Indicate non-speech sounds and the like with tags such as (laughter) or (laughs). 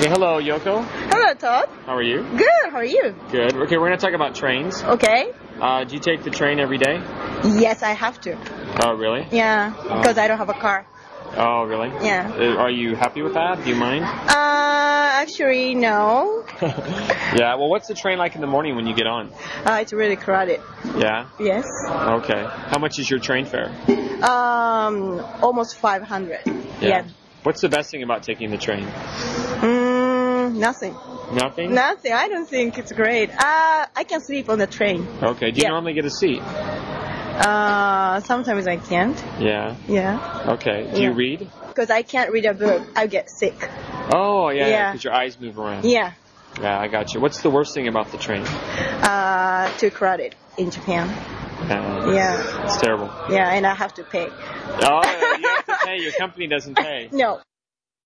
Okay, hello, Yoko. Hello, Todd. How are you? Good. How are you? Good. Okay, we're gonna talk about trains. Okay. Uh, do you take the train every day? Yes, I have to. Oh, really? Yeah, because I don't have a car. Oh, really? Yeah. Uh, Are you happy with that? Do you (laughs) mind? Uh, actually, no. yeah. Well, what's the train like in the morning when you get on? Uh, it's really crowded. Yeah. Yes. Okay. How much is your train fare? Um, almost 500. Yeah. What's the best thing about taking the train? Mm, nothing. Nothing. Nothing. I don't think it's great. Uh, I can sleep on the train. Okay. Do you Yeah. normally get a seat? Uh, sometimes I can't. Yeah. Yeah. Okay. Do you Yeah. read? Because I can't read a book. I get sick. Oh, yeah. Yeah. Because your eyes move around. Yeah. Yeah, I got you. What's the worst thing about the train? Uh, too crowded in Japan. Uh, Yeah. It's terrible. Yeah, and I have to pay. Oh, you have to pay. Your company doesn't pay. (laughs) No.